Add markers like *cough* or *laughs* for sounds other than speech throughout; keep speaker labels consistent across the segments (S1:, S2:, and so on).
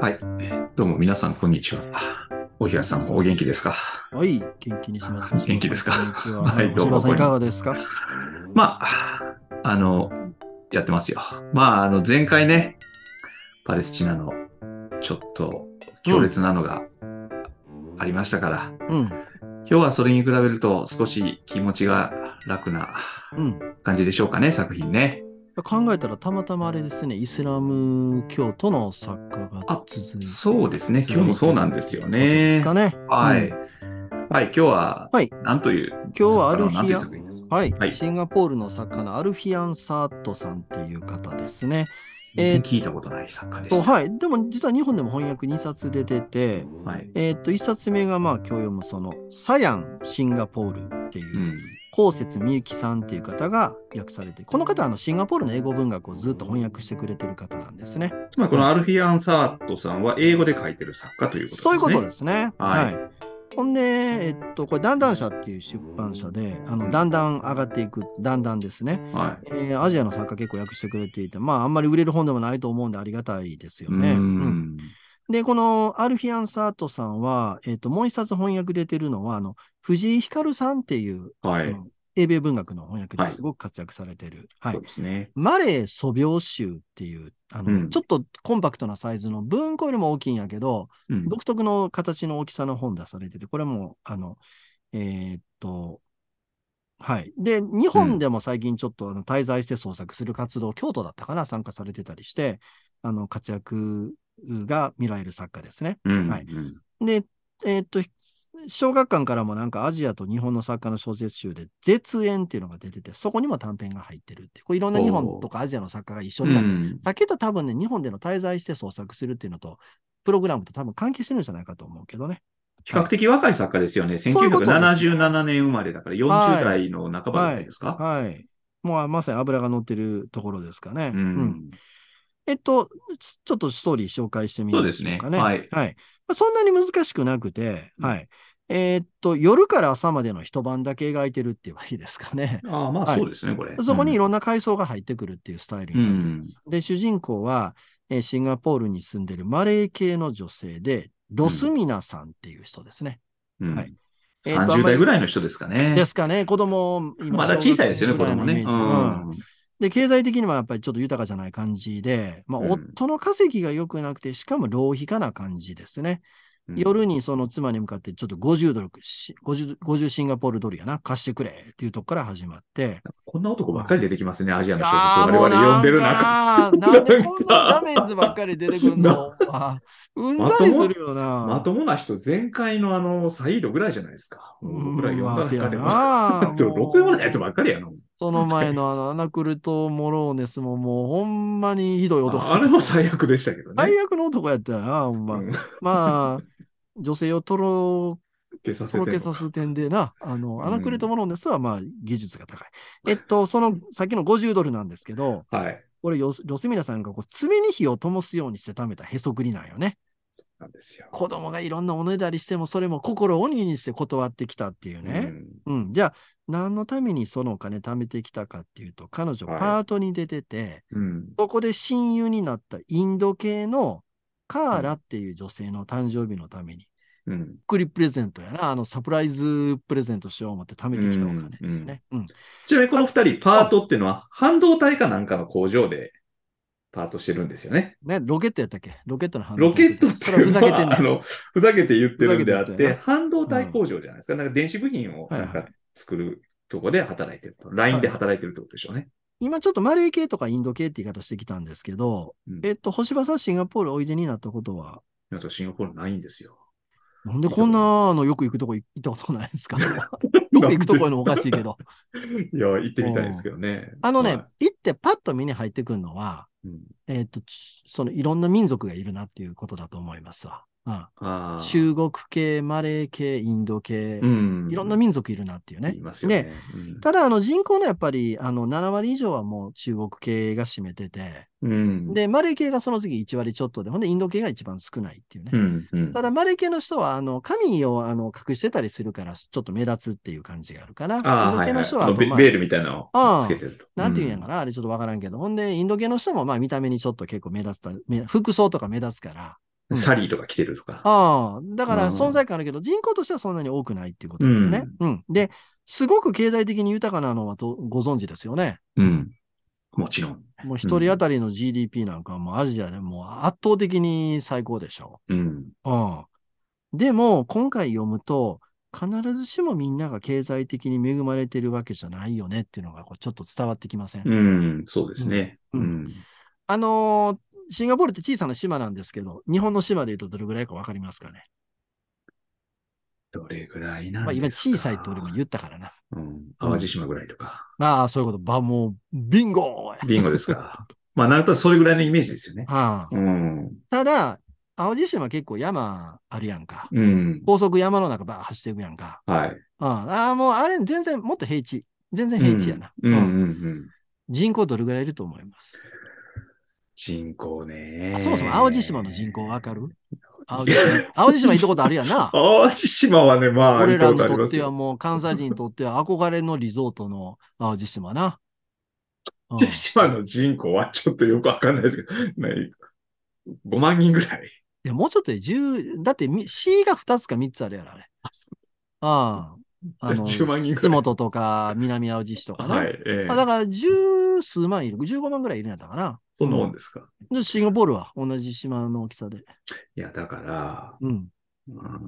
S1: はい。どうも皆さん、こんにちは。大平さんもお元気ですか
S2: はい、元気にします。
S1: *laughs* 元気ですか
S2: こんにちは。
S1: は
S2: はいい、
S1: ど
S2: ど
S1: う
S2: う
S1: も
S2: も。さんいかがですか
S1: まあ、あの、やってますよ。まあ、あの、前回ね、パレスチナのちょっと強烈なのがありましたから、
S2: うん、
S1: 今日はそれに比べると少し気持ちが楽な
S2: うん。
S1: 感じでしょうかね、作品ね。
S2: 考えたらたまたまあれですね、イスラム教徒の作家が続いて
S1: そうですね、今日もそうなんですよ
S2: で
S1: ね
S2: す。かね。
S1: はい。
S2: うん
S1: はい、今日は、
S2: はい
S1: なんという、
S2: 今日はアル
S1: なんと
S2: ヒ
S1: いう
S2: ア
S1: 作品です
S2: はい、
S1: はい
S2: シンガポールの作家のアルフィアン・サーットさんっていう方ですね。
S1: 全然聞いたことない作家で
S2: と
S1: した。
S2: はい、でも実は日本でも翻訳2冊出てて、
S1: はい。
S2: えっ、と、1冊目がまあ今日読むその、サヤン・シンガポールっていうう、
S1: ん。
S2: 高節みゆきさんっていう方が訳されて、この方はあのシンガポールの英語文学をずっと翻訳してくれてる方なんですね。
S1: つまりこのアルフィアン・サートさんは英語で書いてる作家ということですね。。
S2: そういうことですすね。
S1: はい
S2: ほんで、えっと、これ、だんだん社っていう出版社で、あの、だんだん上がっていく、だんだんですね。
S1: は
S2: えーアジアの作家結構訳してくれていて、まあ、あんまり売れる本でもないと思うんでありがたいですよ
S1: い。
S2: ね。
S1: うー
S2: う
S1: ん。
S2: んで、このアルフィアン・サートさんは、えっと、もう一冊翻訳出てるのは、あの、藤井光さんっていう、
S1: は
S2: あ
S1: い。
S2: の英米文学の翻訳
S1: は
S2: で
S1: い
S2: すごく活躍されてる。はい
S1: そう。ですね。
S2: マレー素描集っていう、あの、
S1: うん
S2: ちょっとコンパクトなサイズの文庫よりも大きいんやけど、
S1: うん
S2: 独特の形の大きさの本出されてて、これも、あの、えーっと、はい。で、日本でも最近ちょっと、あの滞在して創作する活動、京都だったかな、参加されてたりして、あの、活躍が見られる作家ですね。
S1: うん
S2: はい
S1: うん
S2: で、えーっと、小学館からもなんかアジアと日本の作家の小説集で、絶縁っていうのが出てて、そこにも短編が入ってるって、こういろんな日本とかアジアの作家が一緒になって、さっき言った多分ね、日本での滞在して創作するっていうのと、プログラムと多分関係してるんじゃないかと思うけどね。
S1: 比較的若い作家ですよね。
S2: そういうことです
S1: 1977年生まれだから40代の半ばじゃないですか。
S2: はい。もうまさに油が乗ってるところですかね。
S1: う
S2: うん
S1: ん。
S2: えっと、ちちょっとストーリー紹介してみましょうかね。
S1: そうですね
S2: はい。まあそんなに難しくなくて、
S1: うん
S2: はい。えーっと、夜から朝までの一晩だけ描いてるって言えばいいですかね。
S1: ああ、まあ
S2: はい
S1: *laughs* そうですね、これ。
S2: そこにいろんな階層が入ってくるっていうスタイルになってます。で、主人公は、えーシンガポールに住んでるマレー系の女性で、ロスミナさんっていう人ですね。
S1: うん
S2: はい
S1: うん
S2: えーとあ
S1: 30
S2: んまり
S1: 代ぐらいの人ですかね。
S2: ですかね、子供、今
S1: まだ小さいですよね、子
S2: 小学生
S1: 供
S2: ぐら
S1: ね
S2: い。のイメ
S1: う
S2: ージうん
S1: ん
S2: で、経済的にはやっぱりちょっと豊かじゃない感じで、まあ、
S1: うん
S2: 夫の稼ぎが良くなくて、しかも浪費家な感じですね。
S1: うん
S2: 夜にその妻に向かって、ちょっと50ドル、し 50, 50シンガポールドルやな、貸してくれっていうとこから始まって。
S1: こんな男ばっかり出てきますね、アジアの小
S2: あー
S1: 説を我々読んでる
S2: なん
S1: 中。
S2: かななんでこんなダメンズばっかり出てくるのあうんざりするよな。
S1: まともな人、前回のあの、サイードぐらいじゃないですか。
S2: うん
S1: 僕ら読んだ
S2: まあせや
S1: 中でも。 *laughs*
S2: な
S1: でもろくでもないやつばっかりやの。
S2: その前のあの、アナクルト・モローネスももうほんまにひどい男。
S1: ああれも最悪でしたけどね。
S2: 最悪の男やったよな、ほんま。
S1: うん
S2: まあ、女性をとろ、
S1: 消させ
S2: と
S1: て
S2: ろけ
S1: も。
S2: さす点でな、あの、
S1: ん
S2: アナクレトモロネスはまあ、技術が高い。えっと、その、さっきの50ドルなんですけど、
S1: はい。
S2: これ、よロスミナさんがこう爪に火を灯すようにして貯めたへそくりなんよね。
S1: なんですよ。
S2: 子供がいろんなおねだりしても、それも心を鬼にして断ってきたっていうね。
S1: うん
S2: うん、じゃあ、何のためにそのお金貯めてきたかっていうと、彼女
S1: はい
S2: パートに出てて、
S1: うん。
S2: そこで親友になったインド系のカーラっていう女性の誕生日のために、
S1: うん。
S2: びっくりプレゼントやな、あのサプライズプレゼントしよう思って貯めてきたお金っていうね。うん
S1: ちなみにこの二人、パートっていうのは、半導体かなんかの工場でパートしてるんですよね。
S2: ね、ロケットやったっけロケットの話。
S1: ロケットって
S2: それ
S1: いう
S2: はふざ
S1: の
S2: けてん
S1: は、
S2: ね
S1: あの、ふざけて言ってるんであっ、
S2: ふざけて言ってて
S1: 半導体工場じゃないですか。なんか電子部品をなん
S2: はいは
S1: か作るとこで働いてると。ラインで働いてるってことでしょうね。
S2: 今ちょっとマレー系とかインド系って言い方してきたんですけど、
S1: うん
S2: えっと、星葉さんシンガポールおいでになったことは、
S1: あとシンガポールないんですよ。
S2: なんでこんなのよく行くとこ行ったことないですかよく行くとこいうのおかしいけど。
S1: *laughs* いや、行ってみたいですけどね。
S2: あのね、
S1: は
S2: 行ってパッと目に入ってくるのは、
S1: いうん
S2: えっ、と、ちそのいろんな民族がいるなっていうことだと思いますわ。
S1: あ
S2: うん、
S1: ー
S2: 中国系、マレー系、インド系、
S1: うん
S2: いろんな民族いるなっていうね。
S1: いますよね。
S2: で
S1: うん
S2: ただ、あの人口のやっぱりあの7割以上はもう中国系が占めてて、
S1: うん、
S2: で、マレー系がその次1割ちょっとで、ほんでインド系が一番少ないっていうね。
S1: うんうん
S2: ただ、マレー系の人は、あの、髪をあの隠してたりするから、ちょっと目立つっていう感じがあるから、イン
S1: ああ、
S2: ド
S1: は
S2: 系
S1: い、
S2: の
S1: はい。
S2: 人は
S1: あ
S2: あ
S1: の
S2: と、
S1: ベ
S2: まあ
S1: ベールみたいなの
S2: あ
S1: を
S2: あ
S1: つけてると。
S2: なんていうんやかな、あれちょっとわからんけど、ほんで、インド系の人もまあ見た目にちょっと結構目立つた、目服装とか目立つから、うん
S1: サリーとか来てるとか。
S2: ああ、だから
S1: うん
S2: 存在感あるけど、人口としてはそんなに多くないっていうことですね。うん。で、すごく経済的に豊かなのはとご存知ですよね。
S1: うん。もちろん。
S2: もう一人当たりの GDP なんかはもうアジアでもう圧倒的に最高でしょ
S1: うん。
S2: う。うん。でも、今回読むと、必ずしもみんなが経済的に恵まれてるわけじゃないよねっていうのがこうちょっと伝わってきません。
S1: うん。そうですね。う
S2: うん
S1: ん。
S2: あのーシンガポールって小さな島なんですけど、日本の島で言うとどれぐらいかわかりますかね。
S1: どれぐらいなん
S2: まあ、
S1: ですか
S2: 今小さいって俺も言ったからな。
S1: うん。淡路島ぐらいとか。
S2: ああ、そういうこと。ば、もう、ビンゴや
S1: ビンゴですか。 *laughs* まあ、なんとなくそれぐらいのイメージですよね。
S2: はあ、
S1: うん。
S2: ただ、淡路島結構山あるやんか。
S1: うん。
S2: 高速山の中ばー走っていくやんか。
S1: はい。
S2: ああああ、もうあれ全然、もっと平地。全然平地やな。
S1: うんうん
S2: う
S1: う
S2: ん
S1: んうん。
S2: 人口どれぐらいいると思います、
S1: 人口ね
S2: あ。そもそも淡路島の人口わかる淡
S1: 淡
S2: 路
S1: 路島。
S2: 島淡路島行ったことあるやんな。
S1: 淡路島はね、まあ、
S2: 俺らに
S1: 行ったこと
S2: と
S1: ありま
S2: っ
S1: す
S2: ては
S1: よ
S2: もう関西人にとっては憧れのリゾートの淡路島な。うん
S1: 淡路島の人口はちょっとよくわかんないですけど、 *laughs* ね、5万人ぐらい。
S2: いや、もうちょっとで10、だってみ C が2つか3つあるやろ、あれ。ああ。
S1: *laughs*
S2: あの、
S1: 10万人ぐらい
S2: 木本とか南淡路市とかな。
S1: はい。ええ
S2: あだから、十数万いる、15万ぐらいいるんやったかな。
S1: そんなもんですか。
S2: で、シンガポールは同じ島の大きさで。
S1: いや、だから、
S2: うん。
S1: うん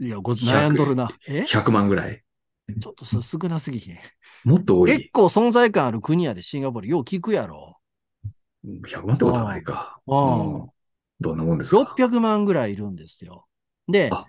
S2: いや、ご
S1: 100
S2: 悩んどるな。え
S1: 100万ぐらい。
S2: ちょっとそ少なすぎへん。
S1: もっと多
S2: 結
S1: い。
S2: 構存在感ある国やで、シンガポール。よう聞くやろ。
S1: 100万ってことはないか。
S2: ああ
S1: うんどんなもんですか
S2: 600万ぐらいいるんですよ。で、
S1: あ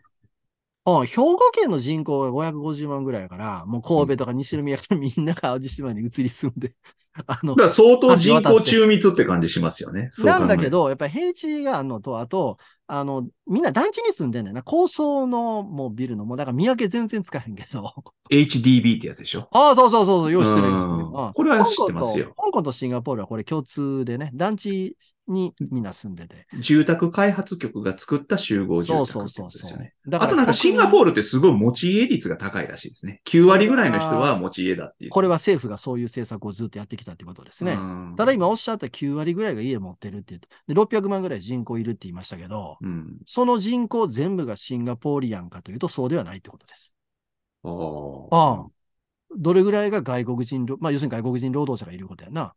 S2: うん兵庫県の人口が550万ぐらいやから、もう神戸とか西宮からみんなが淡路島に移り住んで、 *laughs* あの
S1: だ、から相当人口中密って感じしますよね。そう考え
S2: なん
S1: る
S2: だけ。ど、やっぱり平地があるのと、あと、あの、みんな団地に住んでんねんな。高層のもうビルの、もうだから見分け全然つかへんけど。 *laughs*
S1: HDB ってやつでしょ
S2: ああ、そうそうそうそう、よう知ってる
S1: う
S2: よ
S1: ん
S2: う知ってるうん
S1: これは知ってます
S2: 香
S1: よ。
S2: 港と香港とシンガポールはこれ共通でね、団地にみんな住んでて。
S1: 住宅開発局が作った集合住
S2: そう
S1: 宅
S2: そ
S1: っ
S2: う
S1: て
S2: そ
S1: こ
S2: う
S1: とです
S2: そ
S1: よ
S2: う
S1: ね。。
S2: だ
S1: あとなんかシンガポ
S2: ー
S1: ールってすごい持ち家率が高いらしいですね。9割ぐらいの人は持ち家だって言って
S2: これは政府がそういう政策をずっとやってきたってことですね。
S1: うん
S2: ただ今おっしゃった9割ぐらいが家持ってるって言って、で600万ぐらい人口いるって言いましたけど、
S1: うん。
S2: その人口全部がシンガポーリアンかというとそうではないってことです。
S1: あー
S2: ああ。どれぐらいが外国人労、まあ要するに外国人労働者がいることやな。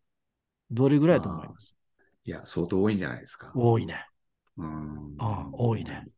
S2: どれぐらいだと思います
S1: いや、相当多いんじゃないですか。
S2: 多いね。
S1: うん
S2: あ多いね。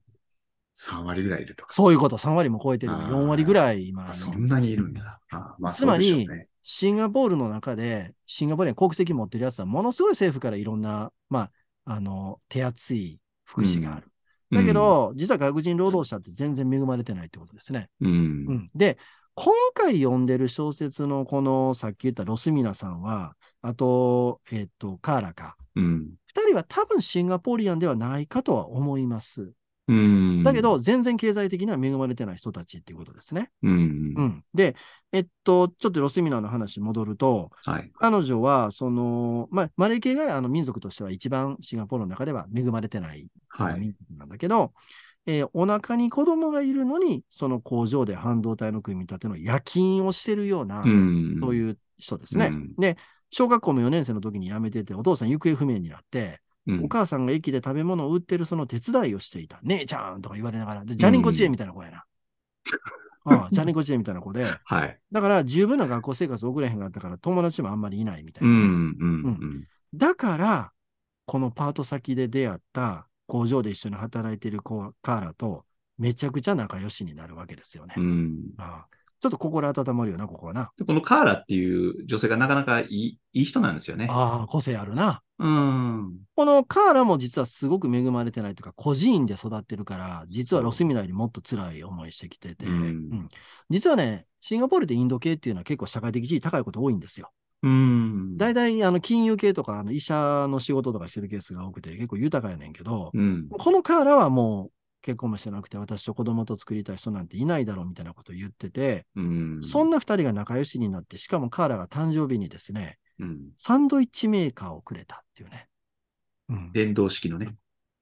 S1: 3割ぐらいいるとか。
S2: そういうこと、3割も超えてるよ。
S1: あー
S2: 4割ぐらい今
S1: あ、そんなにいるんだ。あまあ、
S2: つまり
S1: そうでしょうね
S2: シンガポールの中で、シンガポールに国籍持ってるやつは、ものすごい政府からいろんな、まあ、あの、手厚い福祉がある。だけ、ど、実は外国人労働者って全然恵まれてないってことですね。
S1: うん
S2: う。ん、で、今回読んでる小説のこの、さっき言ったロスミナさんは、あと、えっと、カーラか。
S1: うん。
S2: 二人は多分シンガポリアンではないかとは思います。
S1: うん。
S2: だけど、全然経済的には恵まれてない人たちっていうことですね。
S1: うん、う。
S2: うんん。で、えっと、ちょっとロスミナの話戻ると、
S1: はい。
S2: 彼女は、その、まあ、マレー系があの民族としては一番シンガポールの中では恵まれてない
S1: はい。
S2: 民族なんだけど、えーお腹に子供がいるのに、その工場で半導体の組み立ての夜勤をしてるような、
S1: ん
S2: そう
S1: う
S2: いう人ですね。
S1: うん
S2: で、小学校も4年生の時に辞めてて、お父さん行方不明になって、
S1: ん、
S2: お母さんが駅で食べ物を売ってるその手伝いをしていた。姉ちゃんとか言われながら、でジャニンコ知恵みたいな子やな。ああジャニンコ知恵みたいな子で、
S1: はい。
S2: だから十分な学校生活を送れへんかったから友達もあんまりいないみたいうなね、
S1: ん、うん、うん。
S2: だから、このパート先で出会った工場で一緒に働いてる子カーラとめちゃくちゃ仲良しになるわけですよね。
S1: うん
S2: ああちょっと心温まるよな、ここはな。
S1: でこのカーラっていう女性がなかなかいいいい人なんですよね。
S2: ああ、個性あるな。
S1: うん。
S2: このカーラも実はすごく恵まれてないというか、孤児院で育ってるから、実はロスミナよりもっと辛い思いしてきてて、
S1: うん
S2: うん実はね、シンガポールでインド系っていうのは結構社会的地位高いこと多いんですよ。
S1: うん。
S2: 大体、あの、金融系とか、あの医者の仕事とかしてるケースが多くて、結構豊かやねんけど、
S1: うん。
S2: このカーラはもう結婚もしてなくて、私と子供と作りたい人なんていないだろうみたいなことを言ってて、
S1: うん。
S2: そんな二人が仲良しになって、しかもカーラが誕生日にですね、
S1: うん。
S2: サンドイッチメーカーをくれたっていうね。うん
S1: 電動式のね、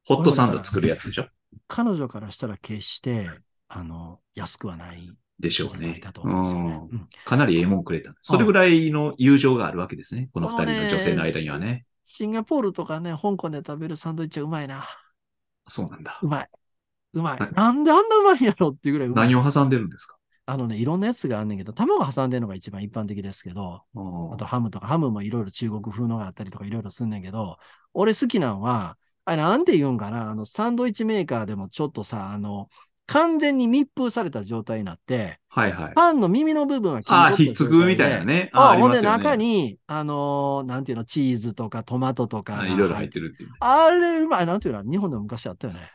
S1: ホットサンド作るやつでしょ
S2: 彼女からしたら決して、あの、安くはない
S1: でしょう
S2: じゃない
S1: ね
S2: かと
S1: う
S2: 思うんですよね
S1: ん。。
S2: うん
S1: かなりええもんくれた。それぐらいの友情があるわけですね。この二人の女性の間にはね。
S2: シンガポールとかね、香港で食べるサンドイッチはうまいな。
S1: そうなんだ
S2: う。まい。うまい
S1: な。
S2: なんであんなうまいんやろっていうぐらいうまい。
S1: 何を挟んでるんですか
S2: あのね、いろんなやつがあんねんけど、卵挟んでるのが一番一般的ですけど、
S1: あ
S2: あ
S1: ー
S2: とハムとか、ハムもいろいろ中国風のがあったりとかいろいろすんねんけど、俺好きなんは、あれなんて言うんかな、あの、サンドイッチメーカーでもちょっとさ、あの、完全に密封された状態になって、
S1: はいはい。
S2: パンの耳の部分は切り
S1: ああ、
S2: 取
S1: ひ
S2: っ
S1: った
S2: 状
S1: つ
S2: 態
S1: くみたいな。ね。あー
S2: あ
S1: あり
S2: ほん
S1: ます
S2: で
S1: よね
S2: 中に、あのーなんていうの、チーズとかトマトとかが
S1: あいろいろ入ってるっていう。
S2: あれ、うまい。なんていうの日本でも昔あったよね。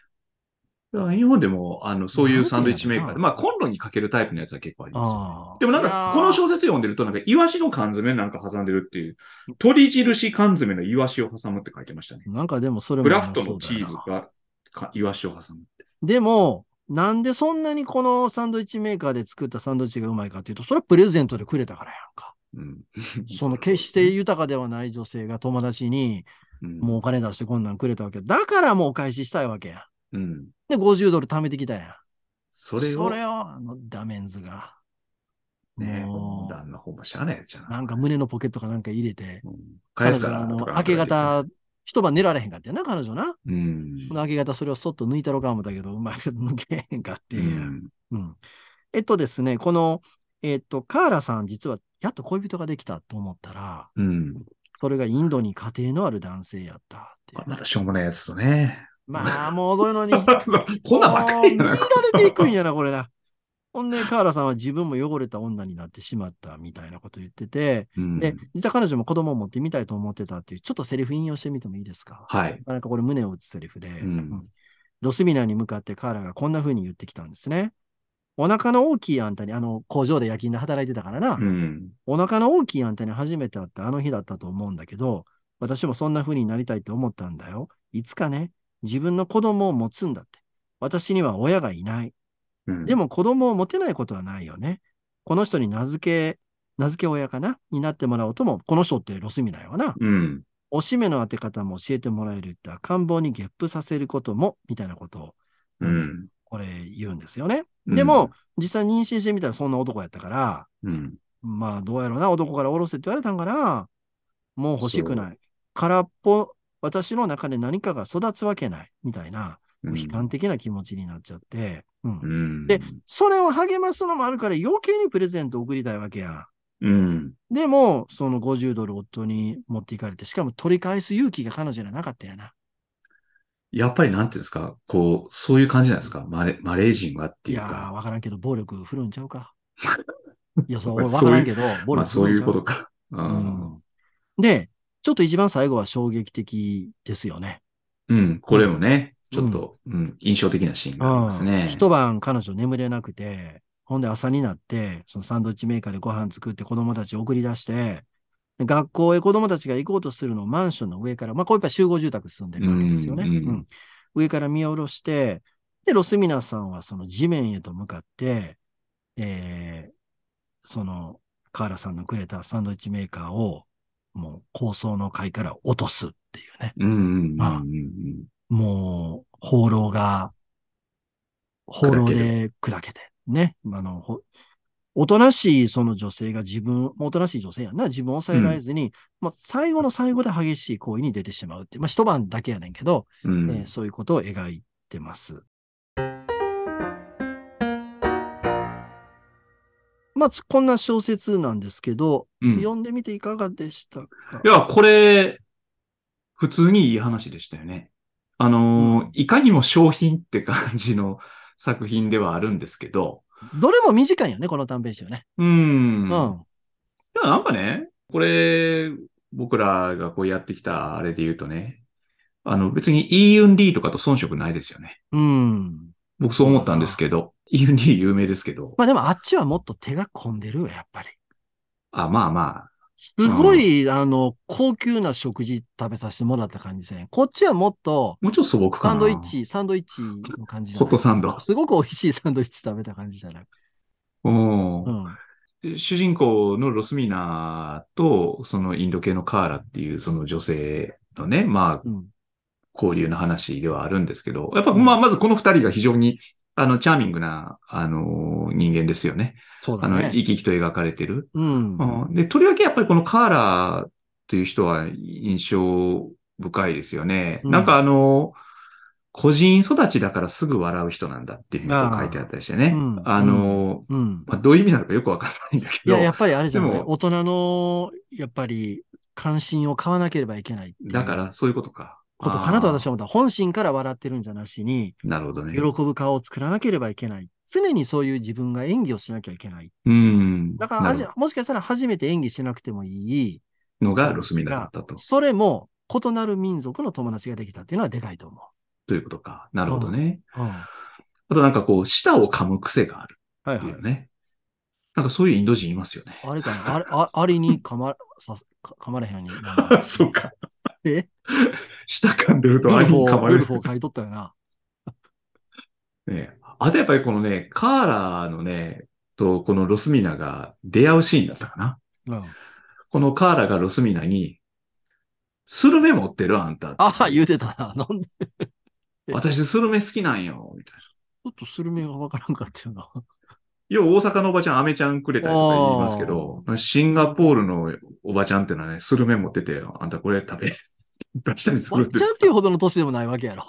S1: だから日本でも、あの、そういうサンドイッチメーカ
S2: な
S1: ー
S2: んて
S1: で、
S2: いう
S1: まあ、コンロにかけるタイプのやつは結構ありますよ。
S2: ああ
S1: でもなん
S2: いや
S1: か
S2: ー、
S1: この小説読んでると、なんか、イワシの缶詰なんか挟んでるっていう、鳥印缶詰のイワシを挟むって書いてましたね。
S2: なんかでもそれも
S1: ク
S2: う
S1: ラ
S2: ま
S1: フ
S2: そ
S1: ト
S2: うだよな
S1: のチーズが、かイワシを挟む。
S2: でも、なんでそんなにこのサンドイッチメーカーで作ったサンドイッチがうまいかっていうと、それはプレゼントでくれたからやんか。
S1: うん。
S2: *laughs* その決して豊かではない女性が友達にもう
S1: も
S2: お金出してこんなんくれたわけ。だからもうお返ししたいわけや。
S1: うん。うん。
S2: で、50ドル貯めてきたやん。
S1: それを、
S2: それをあのダメンズが。
S1: ね、
S2: もう
S1: 旦那ほんましゃあないやつやな。
S2: なんか胸のポケットかなんか入れて、
S1: うん、返すか
S2: 彼
S1: ら
S2: 女
S1: と
S2: はあ
S1: か
S2: の明け。方、一晩寝られへんかってな、彼女な。
S1: うん。
S2: この明け方それをそっと抜いたろか思ったけど、うまいけど抜けへんかって
S1: う
S2: いう。
S1: ん
S2: うん。えっとですね、この、えっと、カーラさん、実は、やっと恋人ができたと思ったら、
S1: うん。
S2: それがインドに家庭のある男性やったっていう
S1: またしょうもないやつとね。 *laughs*
S2: まあ、もうそういうのに、
S1: こんなんばっかりや
S2: もう
S1: な
S2: 見。られていくんやな、これな。ほんで、カーラさんは自分も汚れた女になってしまったみたいなこと言ってて、
S1: うん
S2: で、実は彼女も子供を持ってみたいと思ってたっていう、ちょっとセリフ引用してみてもいいですか
S1: はい。
S2: なかなかこれ胸を打つセリフで、
S1: うん
S2: うんロスミナに向かってカーラがこんな風に言ってきたんですね。お腹の大きいあんたに、あの、工場で夜勤で働いてたからな、
S1: うん。
S2: お腹の大きいあんたに初めて会ったあの日だったと思うんだけど、私もそんな風になりたいと思ったんだよ。いつかね、自分の子供を持つんだって。私には親がいない。
S1: うん
S2: で、も子供を持てないことはないよね。この人に名付け、名付け親かなになってもらおうとも、この人ってロスミナよな。
S1: うん。
S2: おしめの当て方も教えてもらえるって赤ん坊にゲップさせることも、みたいなことを、
S1: うん。
S2: これ言うんですよね。でも、実際妊娠してみたらそんな男やったから、
S1: うん、
S2: まあ、どうやろうな、男からおろせって言われたんかな。もう欲しくない。空っぽ、私の中で何かが育つわけない、みたいな、
S1: うん。
S2: 悲観的な気持ちになっちゃって、うん
S1: うん。
S2: でそれを励ますのもあるから、余計にプレゼントを送りたいわけや。
S1: うん。
S2: でも、その50ドル夫に持っていかれて、しかも取り返す勇気が彼女にはなかったやな。
S1: やっぱりなんていうんですか、こう、そういう感じなんですか、マレマレージンはって
S2: い
S1: いう
S2: やー、
S1: か、
S2: わからんけど、暴力振るんちゃ
S1: *laughs*
S2: うか。いや、そう、
S1: まあ
S2: 俺わからんけど、暴
S1: まあ
S2: 力振
S1: そう
S2: るん
S1: い
S2: ち
S1: う
S2: ゃう
S1: ことか。う
S2: うん
S1: ん。
S2: で、ちょっと一番最後は衝撃的ですよね。
S1: うん、これもね、ちょっと、うん、印象的なシーンがあります
S2: うん
S1: ね。
S2: 一晩彼女眠れなくて、ほんで朝になって、そのサンドイッチメーカーでご飯作って子供たちを送り出して、で学校へ子供たちが行こうとするのをマンションの上から、まあこういった集合住宅住んでるわけですよね。
S1: うんうん
S2: うん上から見下ろして、で、ロスミナさんはその地面へと向かって、えーその、カーラさんのくれたサンドイッチメーカーを、もう高層の階から落とすっていうね。
S1: うんうんうん
S2: あ
S1: うん
S2: もう、放浪が、放浪で砕けて、ね。あの、ほおとなしいその女性が自分、おとなしい女性やんな、自分を抑えられずに、まあ、最後の最後で激しい行為に出てしまうって、まあ、一晩だけやねんけど、
S1: うん。うん
S2: えーそういうことを描いてます。まあ、つこんな小説なんですけど、
S1: うん
S2: 読んでみていかがでしたか
S1: いや、これ、普通にいい話でしたよね。あのー
S2: うん
S1: いかにも商品って感じの作品ではあるんですけど、
S2: どれも短いよね、この短編集ね。
S1: うーん。
S2: うん。
S1: いや、なんかね、これ、僕らがこうやってきたあれで言うとね、あの、別にイーユンリーとかと遜色ないですよね。
S2: うん。
S1: 僕そう思ったんですけど、イーユンリー有名ですけど、
S2: まあでもあっちはもっと手が込んでるよ、やっぱり。
S1: あ、まあま
S2: すごい、あの、高級な食事食べさせてもらった感じですね。こっちはもっと、
S1: あ、もうちょっと素朴かな。
S2: サンドイッ。チ、サンドイッチの感じじゃ
S1: ホッ
S2: ない
S1: トサンド。
S2: すごく美味しいサンドイッチ食べた感じじゃなく
S1: うん
S2: う。ん。
S1: 主人公のロスミナーと、そのインド系のカーラっていうその女性のね、まあ、
S2: うん。
S1: 交流の話ではあるんですけど、やっぱ、まあ、まずこの二人が非常に、あの、チャーミングな、あの、人間ですよね。
S2: そうだ
S1: あの、
S2: ね
S1: 生。き生きと描かれてる。
S2: うん。
S1: うんで、とりわけやっぱりこのカーラっていう人は印象深いですよね。
S2: うん
S1: なんかあの、個人育ちだからすぐ笑う人なんだっていうふうにこう書いてあったりしてね。
S2: あ
S1: あ,、
S2: ーうん
S1: の、
S2: うん。
S1: まあ、どういう意味なのかよくわからないんだけ
S2: い
S1: ど
S2: や、、やっぱりあれじゃな
S1: で
S2: い。
S1: も
S2: 大人の、やっぱり、関心を買わなければいけない。
S1: だか。らそういうことか。
S2: ことかなと
S1: あー
S2: 私は思った。本心から笑ってるんじゃなしに、
S1: なるほどね
S2: 喜。ぶ顔を作らなければいけない。常にそういう自分が演技をしなきゃいけない。
S1: うん。
S2: だからアジ
S1: なる
S2: ア、もしかしたら初めて演技しなくてもいい、
S1: のがロスミナだったと。
S2: それも異なる民族の友達ができたっていうのはでかいと思
S1: ということか。なるほどね。
S2: う。うん、は
S1: あとなんかこう、舌を噛む癖がある
S2: いは
S1: ってい
S2: い。
S1: うね。なんかそういうインド人いますよね。
S2: あれかなあれ、ああれに噛ま、さ *laughs* か噛まれへんよう
S1: *laughs*
S2: に。
S1: そうか。 *laughs*
S2: え
S1: 舌噛んでる
S2: ウ
S1: と
S2: ル
S1: 兄
S2: フ
S1: に
S2: ォ
S1: 噛
S2: ー、
S1: ま
S2: ウ
S1: れ
S2: ル
S1: る
S2: フ。ォー買い取ったよな。
S1: ね、あとやっぱりこのね、カーラーのね、とこのロスミナが出会うシーンだったかな。
S2: うん、
S1: このカーラがロスミナに、スルメ持ってるあんた。
S2: ああ、言うてたな。なんで、ち *laughs*
S1: 私スルメ好きなんよ。みたいな。
S2: ょっとスルメがわからんかったよな。
S1: 要は大阪のおばちゃん、アメちゃんくれたりとか言いますけど、シンガポールのおばちゃんってのはね、スルメ持ってて、あんたこれ食べ、 *laughs* 出したりす
S2: わ
S1: る
S2: っ
S1: んで
S2: ちゃんっ
S1: す
S2: てい
S1: か
S2: うほどの年でもないわけやろ。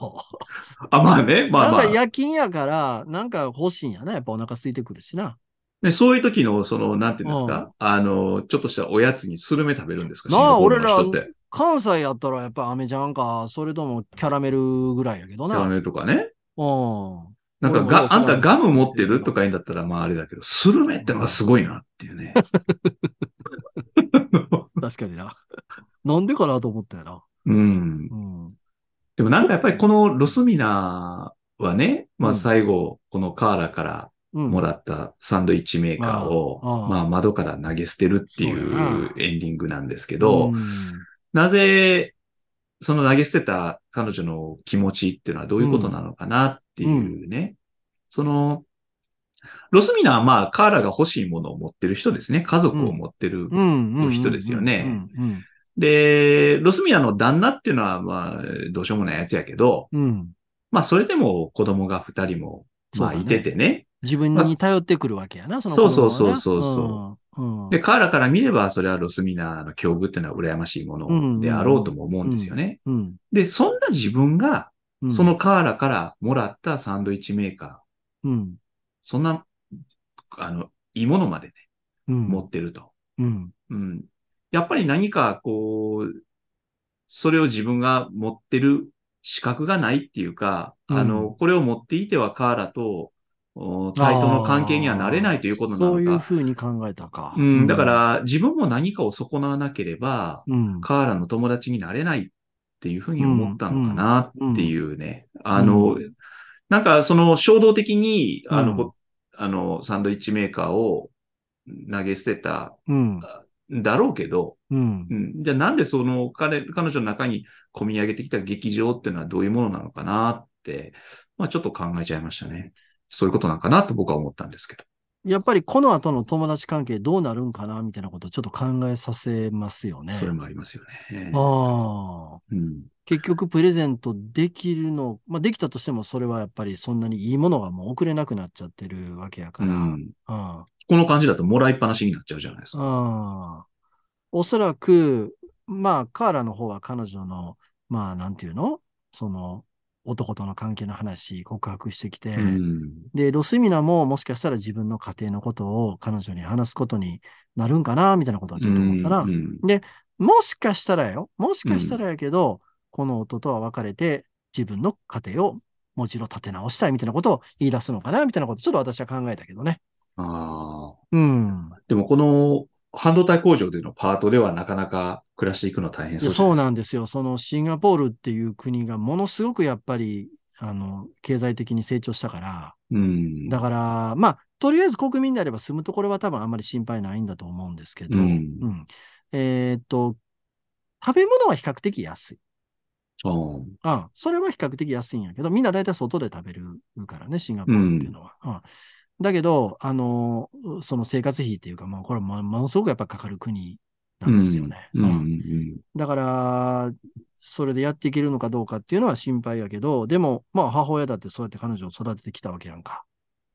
S1: あ、まあね、まあまあ。
S2: なんか夜勤やから、なんか欲しいんやな。やっぱお腹空いてくるしな。
S1: でそういう時の、その、なんていうんですか、あの、ちょっとしたおやつにスルメ食べるんですか
S2: なあ
S1: シンガポールの人って。
S2: 関西やったらやっぱアメちゃんか、それともキャラメルぐらいやけど
S1: キャラ
S2: な。
S1: メルとかね。
S2: うん。
S1: なんか
S2: 俺も
S1: が、あんたガム持って
S2: そう
S1: るとか言うんだったら、まああれだけど、スルメってのがすごいなっていうね。 *laughs*
S2: 確かにな。なんでかなと思ったよな。
S1: うん。
S2: うん。
S1: でもなんかやっぱりこのロスミナはね、ま
S2: う
S1: あ
S2: ん
S1: 最後、このカーラから
S2: うん、
S1: もらったサンドイッチメーカーを、
S2: ああ
S1: まあ窓から投げ捨てるってい
S2: そうやな
S1: うエンディングなんですけ
S2: け
S1: ど、なぜ、その投げ捨てた彼女の気持ちっていうのはどういうことなのかなっていうね。その、ロスミナはまあ、カーラが欲しいものを持ってる人ですね。家族を持ってる。
S2: うん。うん。
S1: 人ですよね
S2: うん。
S1: で、ロスミナの旦那っていうのはまあ、どうしようもないやつやけど、
S2: うん。うん
S1: まあ、それでも子供が二人も、まあ、いて。
S2: そうだね
S1: てね。
S2: 自分に頼ってくるわけやな、その子
S1: そう
S2: 供
S1: そう
S2: はな
S1: そうそうそ
S2: うん。うん。
S1: で、カーラから見れば、それはロスミナの境遇っていうのは羨ましいものであろうとも思うんですよね。
S2: うん。
S1: で、そんな自分が、
S2: うん
S1: そ、のカーラからもらったサンドイッチメーカー、
S2: うん。
S1: そんな、あの、いいものまでね、
S2: うん。
S1: 持ってると。
S2: うん。
S1: うん。やっぱり何か、こう、それを自分が持ってる資格がないっていうか、
S2: うん
S1: あの、これを持っていてはカーラと、お対等の関係にはなれないということなのか。
S2: そういうふうに考えたか。
S1: うん、だか、ら、自分も何かを損なわなければ、
S2: うん。
S1: カーラの友達になれないっていうふうに思ったのかなっていうね。あの、なんかその衝動的に、あの、
S2: うん
S1: ほあの、サンドイッチメーカーを投げ捨てた
S2: うん。
S1: んだろうけど、
S2: うん
S1: う。ん、じゃあなんでその彼、彼女の中に込み上げてきた劇場っていうのはどういうものなのかなって、まあちょっと考えちゃいましたね。そういうことなんかなと僕は思ったんですけど。
S2: やっぱりこの後の友達関係どうなるんかなみたいなことをちょっと考えさせますよね。
S1: それもありますよね。
S2: ああ。
S1: うん。
S2: 結局プレゼントできるの、まあ、できたとしてもそれはやっぱりそんなにいいものがもう送れなくなっちゃってるわけやから。
S1: う
S2: うん
S1: ん
S2: あ
S1: この感じだともらいっぱなしになっちゃうじゃないですか。
S2: あおそらく、まあ、カーラの方は彼女の、まあ、なんていうのその、男との関係の話、告白してきて、
S1: うん。
S2: で、ロスミナももしかしたら自分の家庭のことを彼女に話すことになるんかなみたいなことはちょっと思ったら、
S1: うん
S2: もしかしたらよ、もしかしたらやけど、この夫とは別れて、自分の家庭をもう一度立て直したいみたいなことを言い出すのかな、みたいなこと、ちょっと私は考えたけどね。
S1: ああ。
S2: うん。
S1: でもこの半導体工場でのパートではなかなか暮らしていくの大変
S2: い
S1: そ
S2: や
S1: うじゃ
S2: そう
S1: いですか
S2: なんですよ。そのシンガポールっていう国がものすごくやっぱり、あの、経済的に成長したから、
S1: うん。
S2: だから、まあ、とりあえず国民であれば住むところは多分あんまり心配ないんだと思うんですけど、
S1: うん
S2: んえーっと、食べ物は比較的安い。
S1: うん
S2: あそれは比較的安いんやけど、みんな大体外で食べるからね、シンガポールっていうのは。うんだけど、あのーその生活費っていうか、まあ、これはもものすごくやっぱかかる国なんですよね。
S1: うん。う
S2: うん
S1: ん
S2: だから、それでやっていけるのかどうかっていうのは心配やけど、でも、まあ、母親だってそうやって彼女を育ててきたわけやんか。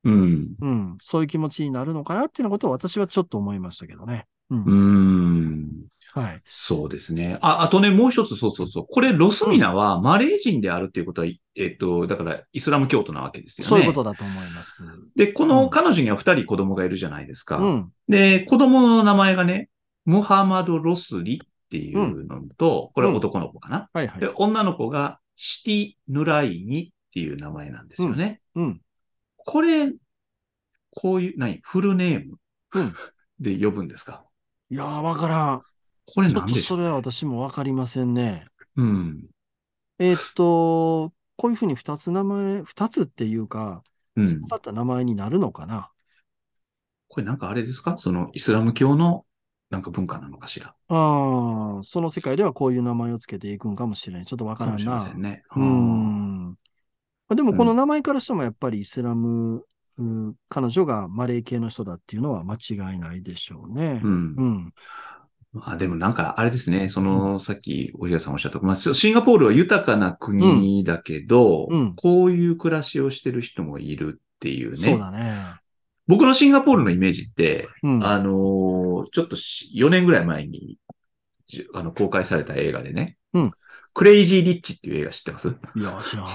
S1: うん。
S2: うん、そういう気持ちになるのかなっていうようなことを私はちょっと思いましたけどね。うん
S1: うん。
S2: はい。
S1: そうですね。あ、あとね、もう一つ、そうそうそう。これ、ロスミナはマレー人であるっていうことは、えっと、だから、イスラム教徒なわけですよね。
S2: そういうことだと思います。
S1: で、こ
S2: うん
S1: の彼女には二人子供がいるじゃないですか。
S2: うん。
S1: で、子供の名前がね、ムハマド・ロスリっていうのと、これは男の子かな。
S2: はいはい
S1: で、。女の子がシティ・ヌライニっていう名前なんですよね。
S2: うん。
S1: これ、こういう、何フルネーム、
S2: うん
S1: *laughs* で呼ぶんですか
S2: いやー、わからん。
S1: これ
S2: ちょ
S1: な
S2: っ
S1: ん
S2: と
S1: でしょ
S2: それは私もわかりませんね。
S1: ううん。
S2: えーっと、こういうふうに二つ名前、二つっていうか、
S1: うん。
S2: だった名前になるのかな。
S1: これなんかあれですかそのイスラム教のなんか文化なのかしら
S2: ああ、その世界ではこういう名前をつけていくんかもしれん。ちょっとわか
S1: からも
S2: ん
S1: しれま
S2: な
S1: せ。んね。
S2: う
S1: あー。
S2: ん。でもこの名前からしてもやっぱりイスラム、うん彼女がマレー系の人だっていうのは間違いないでしょうね。
S1: うん
S2: う。ん。
S1: まあでもなんかあれですね、その、さっき、おひらさんおっしゃった、まあ、シシンガポールは豊かな国だけど、
S2: うんうん
S1: こういう暮らしをしてる人もいるっていうね。
S2: そうだね。
S1: 僕のシンガポールのイメージって、
S2: うん。
S1: あのーちょっとし4年ぐらい前に、じあの、公開された映画でね、
S2: うん
S1: クレイジー・リッチっていう映画知ってます
S2: いや、知らん。
S1: *laughs*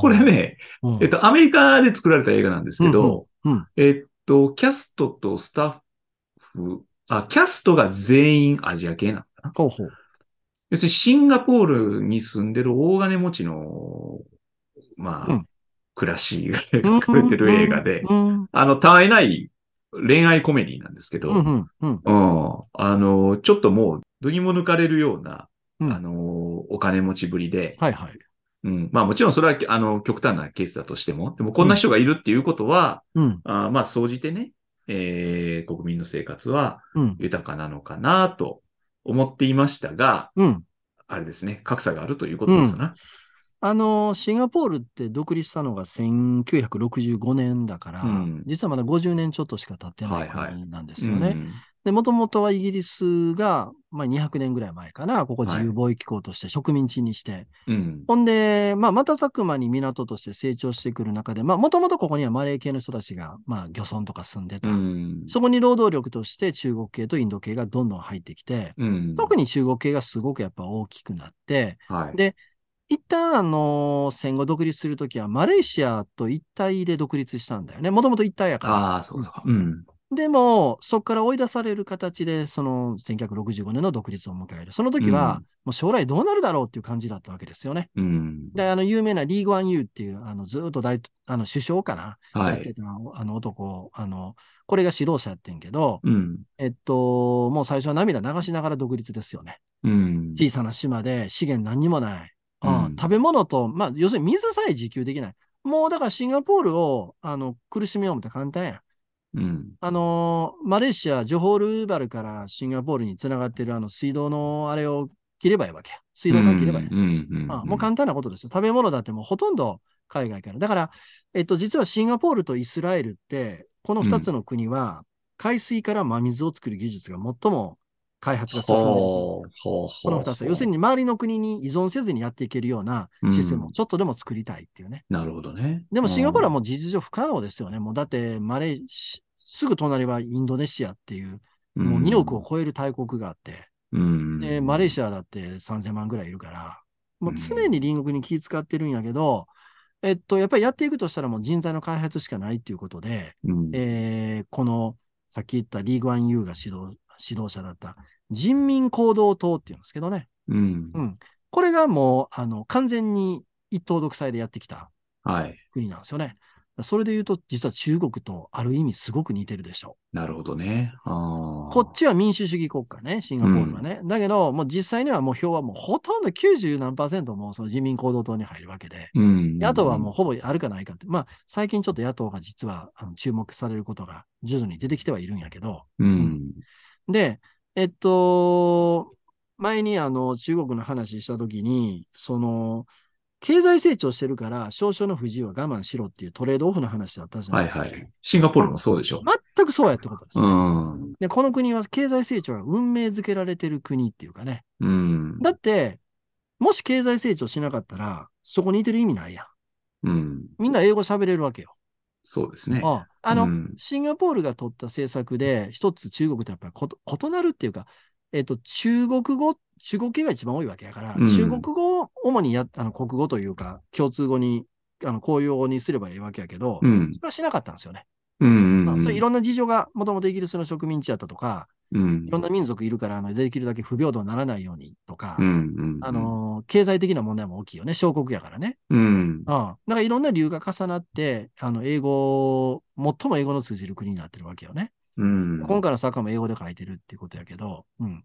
S1: これね、
S2: うん、
S1: えっと、アメリカで作られた映画なんですけど、
S2: うんうん
S1: えっと、キャストとスタッフ、あ、キャストが全員アジア系なのかな
S2: ほうほう。
S1: 要するにシンガポールに住んでる大金持ちの、まあ、
S2: うん
S1: 暮らしが描かれてる映画で、
S2: うん。
S1: あの、たわいない恋愛コメディなんですけど、
S2: うん。うん。うん。
S1: うんあの、ちょっともう、どぎも抜かれるような、
S2: うん
S1: あの、お金持ちぶりで、
S2: はいはい。
S1: うん、まあもちろんそれは、あの、極端なケースだとしても、でもこんな人がいるっていうことは、
S2: うん。
S1: あーまあ、総じてね、えー国民の生活は
S2: うん。
S1: 豊かなのかなと思っていましたが、
S2: うん。
S1: あれですね、格差があるということですな。
S2: あのー、シンガポールって独立したのが1965年だから、
S1: うん
S2: 実はまだ50年ちょっとしか経ってない
S1: はいはい
S2: 国なんです
S1: う
S2: よね。
S1: ん
S2: で、もともとはイギリスが、まあ、200年ぐらい前かな、ここ自由貿易港として植民地にして、
S1: うん。
S2: ほんで、まあ、瞬く間に港として成長してくる中で、まあ、もともとここにはマレー系の人たちが、まあ、漁村とか住んで
S1: う
S2: た。
S1: ん。
S2: そこに労働力として中国系とインド系がどんどん入ってきて、
S1: うん。
S2: 特に中国系がすごくやっぱ大きくなって、
S1: はい。
S2: で一旦あの、戦後独立するときはマレーシアと一体で独立したんだよね。もともと一体やから。
S1: ああ、そうかそうか。うん。
S2: でも、そこから追い出される形で、その1965年の独立を迎える。その時は、
S1: うん
S2: もう将来どうなるだろうっていう感じだったわけですよね。
S1: うん。
S2: で、あの、有名なリー・グアン・ユーっていう、あの、ずーっと大、あの、首相かな、
S1: は
S2: やって
S1: い。
S2: たあの男、あの、これが指導者やってんけど、
S1: うん。
S2: えっと、もう最初は涙流しながら独立ですよね。
S1: うん。
S2: 小さな島で資源何にもない。ああ
S1: うん
S2: 食べ物と、まあ、要するに水さえ自給できない。もうだからシンガポールを、あの、苦しみようもって簡単やん。
S1: うん。
S2: あのーマレーシア、ジョホールバルからシンガポールにつながってるあの水道のあれを切ればいいわけや。水道管切ればいい。
S1: うん。うん。
S2: ああもう簡単なことですよ。食べ物だってもうほとんど海外から。だから、えっと、実はシンガポールとイスラエルって、この2つの国は、海水から真水を作る技術が最も開発が進んでいる国。
S1: ほうほうほう
S2: この2つは。要するに周りの国に依存せずにやっていけるようなシステムをちょっとでも作りたいっていうね。
S1: なるほどね。
S2: でもシンガポールは
S1: も
S2: もう事実上不可能ですよね。もうだって、マレーシ、すぐ隣はインドネシアっていう、もう2億を超える大国があって、
S1: うん。
S2: で、マレー
S1: ア。
S2: シアだって3000万ぐらいいるから、もう
S1: うん
S2: 常に隣国に気使ってるんやけど、えっと、やっぱりやっていくとしたらもう人材の開発しかないっていうことで、
S1: うん。
S2: えーこの、さっき言ったリーグワン・ユーが指導、指導者だった人民行動党っていうんですけどね。
S1: うん
S2: う。ん。これがもう、あの、完全に一党独裁でやってきた
S1: はい。
S2: 国なんですよね。それで言うと、実は中国とある意味すごく似てるでしょ
S1: なるほどね。あ
S2: う。
S1: あ。
S2: こっちは民主主義国家ね、シンガポールはね。だけど、もう実際にはもう票はもうほとんど90何パーセントもうその人民行動党に入るわけで。
S1: うん。
S2: であとはもうほぼあるかないかって。まあ、最近ちょっと野党が実はあの注目されることが徐々に出てきてはいるんやけど。
S1: う。うん。
S2: で、えっと、前にあの中国の話したときに、その、経済成長してるから少々の不自由は我慢しろっていうトレードオフの話だったじゃ
S1: はい
S2: な
S1: い
S2: ですか。
S1: はい。シンガポールもそうでしょ。
S2: 全くそうやってことです、
S1: う
S2: ね
S1: ん。
S2: で。この国は経済成長が運命づけられてる国っていうかね。
S1: うん。
S2: だって、もし経済成長しなかったら、そこにいてる意味ないやん。
S1: うん。
S2: みんな英語喋れるわけよ。
S1: そうですね。
S2: ああの、
S1: うん
S2: シンガポールが取った政策で、一つ中国とやっぱりこと異なるっていうか、えっ、と、中国語、中国系が一番多いわけやから、
S1: うん
S2: 中国語を主にやあの国語というか、共通語に、あの公用語にすればいいわけやけど、
S1: うん。
S2: それはしなかったんですよね。
S1: うん。うん。
S2: そういろんな事情が、もともとイギリスの植民地だったとか、
S1: うん
S2: いろんな民族いるから、あのできるだけ不平等にならないようにとか、
S1: うん。うん。
S2: あ、の経済的な問題も大きいよね、小国やからね。
S1: うん。
S2: うん。だからいろんな理由が重なって、あの英語、最も英語の通じる国になってるわけよね。
S1: うん。
S2: 今回の作家も英語で書いてるっていうことやけど、うん。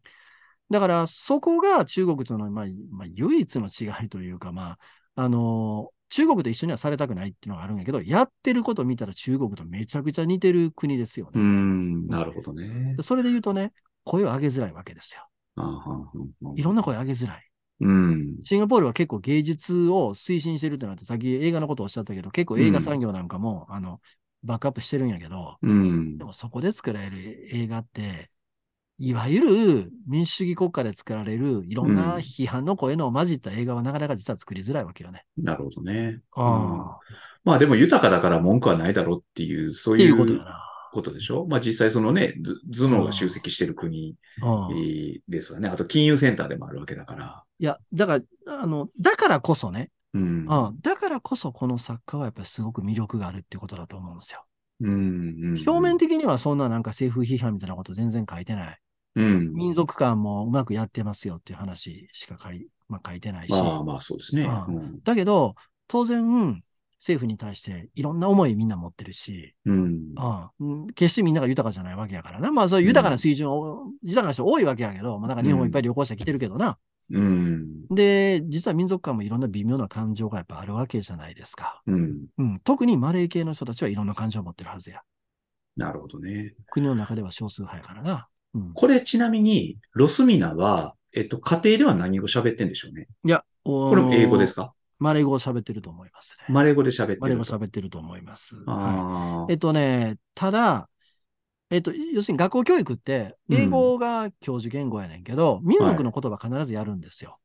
S2: だから、そこが中国との、まあ、まあ、唯一の違いというか、まあ、あの中国と一緒にはされたくないっていうのがあるんやけど、やってること見たら中国とめちゃくちゃ似てる国ですよ
S1: う
S2: ね。
S1: ん。なるほどね。
S2: それで言うとね、声を上げづらいわけですよ。
S1: あははい
S2: ろんな声上げづらい。
S1: うん。
S2: シンガポールは結構芸術を推進してるってなって、さっき映画のことをおっしゃったけど、結構映画産業なんかも、あの、バックアップしてるんやけど、
S1: うん
S2: で。もそこで作られる映画って、いわゆる民主主義国家で作られるいろんな
S1: うん
S2: 批判の声の混じった映画はなかなか実は作りづらいわけよね。
S1: なるほどね。
S2: ああ
S1: まあでも豊かだから文句はないだろうっていう、そう
S2: って
S1: い
S2: いううこ
S1: ことと
S2: や
S1: でしょまあ実際そのね、ず頭脳が集積してる国
S2: な。うん、い
S1: ですよね。あと金融センターでもあるわけだから。
S2: や、だから、あの、だからこそね、
S1: うん。
S2: うん、だからこそこの作家はやっぱりすごく魅力があるってことだと思うんですよ。
S1: うん。
S2: 表面的にはそんななんか政府批判みたいなこと全然書いてない。
S1: うん。
S2: 民族間もうまくやってますよっていう話しか書い,、まあ、書いてないし。
S1: まあまあそうですね。うん。
S2: だけど、当然、政府に対していろんな思いみんな持ってるし、
S1: うん。
S2: うん、決してみんなが豊かじゃないわけやからな。まあ、そういう豊かな水準を、豊かな人多いわけやけど、まあ、なんか日本もいっぱい旅行者来てるけどな。
S1: うん。
S2: で、実は民族間もいろんな微妙な感情がやっぱあるわけじゃないですか。
S1: うん。
S2: うん、特にマレー系の人たちはいろんな感情を持ってるはずや。
S1: なるほどね。
S2: 国の中では少数派やからな。うん、
S1: これちなみに、ロスミナは、えっと、家庭では何語喋ってんでしょうね。
S2: いや、こ
S1: これも英語ですか
S2: マレー語を喋ってると思いますね。
S1: マレー語で喋ってる。
S2: マレー語喋ってると思います。はい
S1: ああ
S2: え。っとね、ただ、えっと、要するに学校教育って、
S1: うん
S2: 英語が教授言語やねんけど、民族の言葉必ずやるんですよ。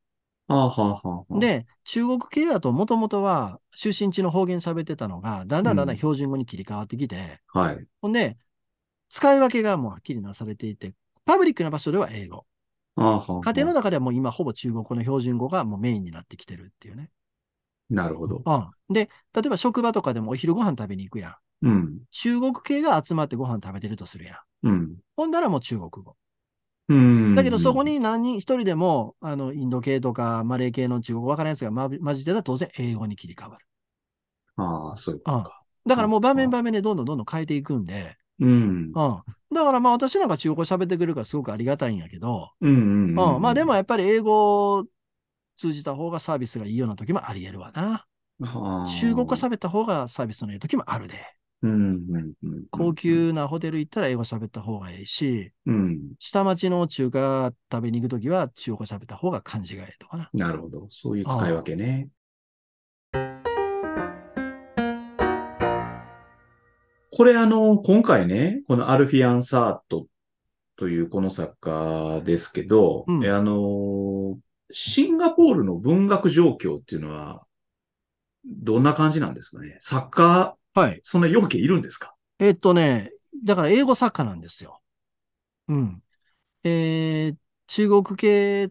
S1: ああ、はあ、はあはあ。、
S2: で、中国系だともともとは出身地の方言喋ってたのが、だんだんだんだん標準語に切り替わってきて、
S1: はい。
S2: ほんで、使い分けがもうはっきりなされていて、パブリックな場所では英語。
S1: ああ、はあはあ。
S2: 家庭の中ではもう今ほぼ中国語の標準語がもうメインになってきてるっていうね。
S1: なるほど。
S2: うん、で、例えば職場とかでもお昼ご飯食べに行くやん。
S1: うん。
S2: 中国系が集まってご飯食べてるとするやん。
S1: うん。
S2: ほんだらもう中国語。
S1: うん。
S2: だけどそこ、に何人、一人でも、あの、インド系とかマレー系の中国語わからないやつがま混じってたら当然英語に切り替わる。
S1: ああ、そういうこ
S2: うん
S1: とか。。
S2: だからもう場面場面でどんどんどんどん変えていくんで、
S1: うん。
S2: うん。だからまあ私なんか中国語喋ってくれるからすごくありがたいんやけど、
S1: うんうん。
S2: うん。まあでも、やっぱり英語を通じた方がサービスがいいような時もあり得るわな。中国語
S1: さ、
S2: 喋った方がサービスのいい時もあるで。
S1: うんうんうん。
S2: 高。級なホテル行ったら英語喋った方がいいし、
S1: うん。
S2: 下町の中華食べに行く時は中国語喋った方が感じがいいとかな。
S1: なるほど。そういう使い分けね。これあの、今回ね、このアルフィアン・サートというこの作家ですけど、
S2: うん
S1: えあの、シンガポールの文学状況っていうのは、どんな感じなんですかね作家、
S2: はい。
S1: そんな要件いるんですか
S2: えっとね、だから英語作家なんですよ。うん。えー中国系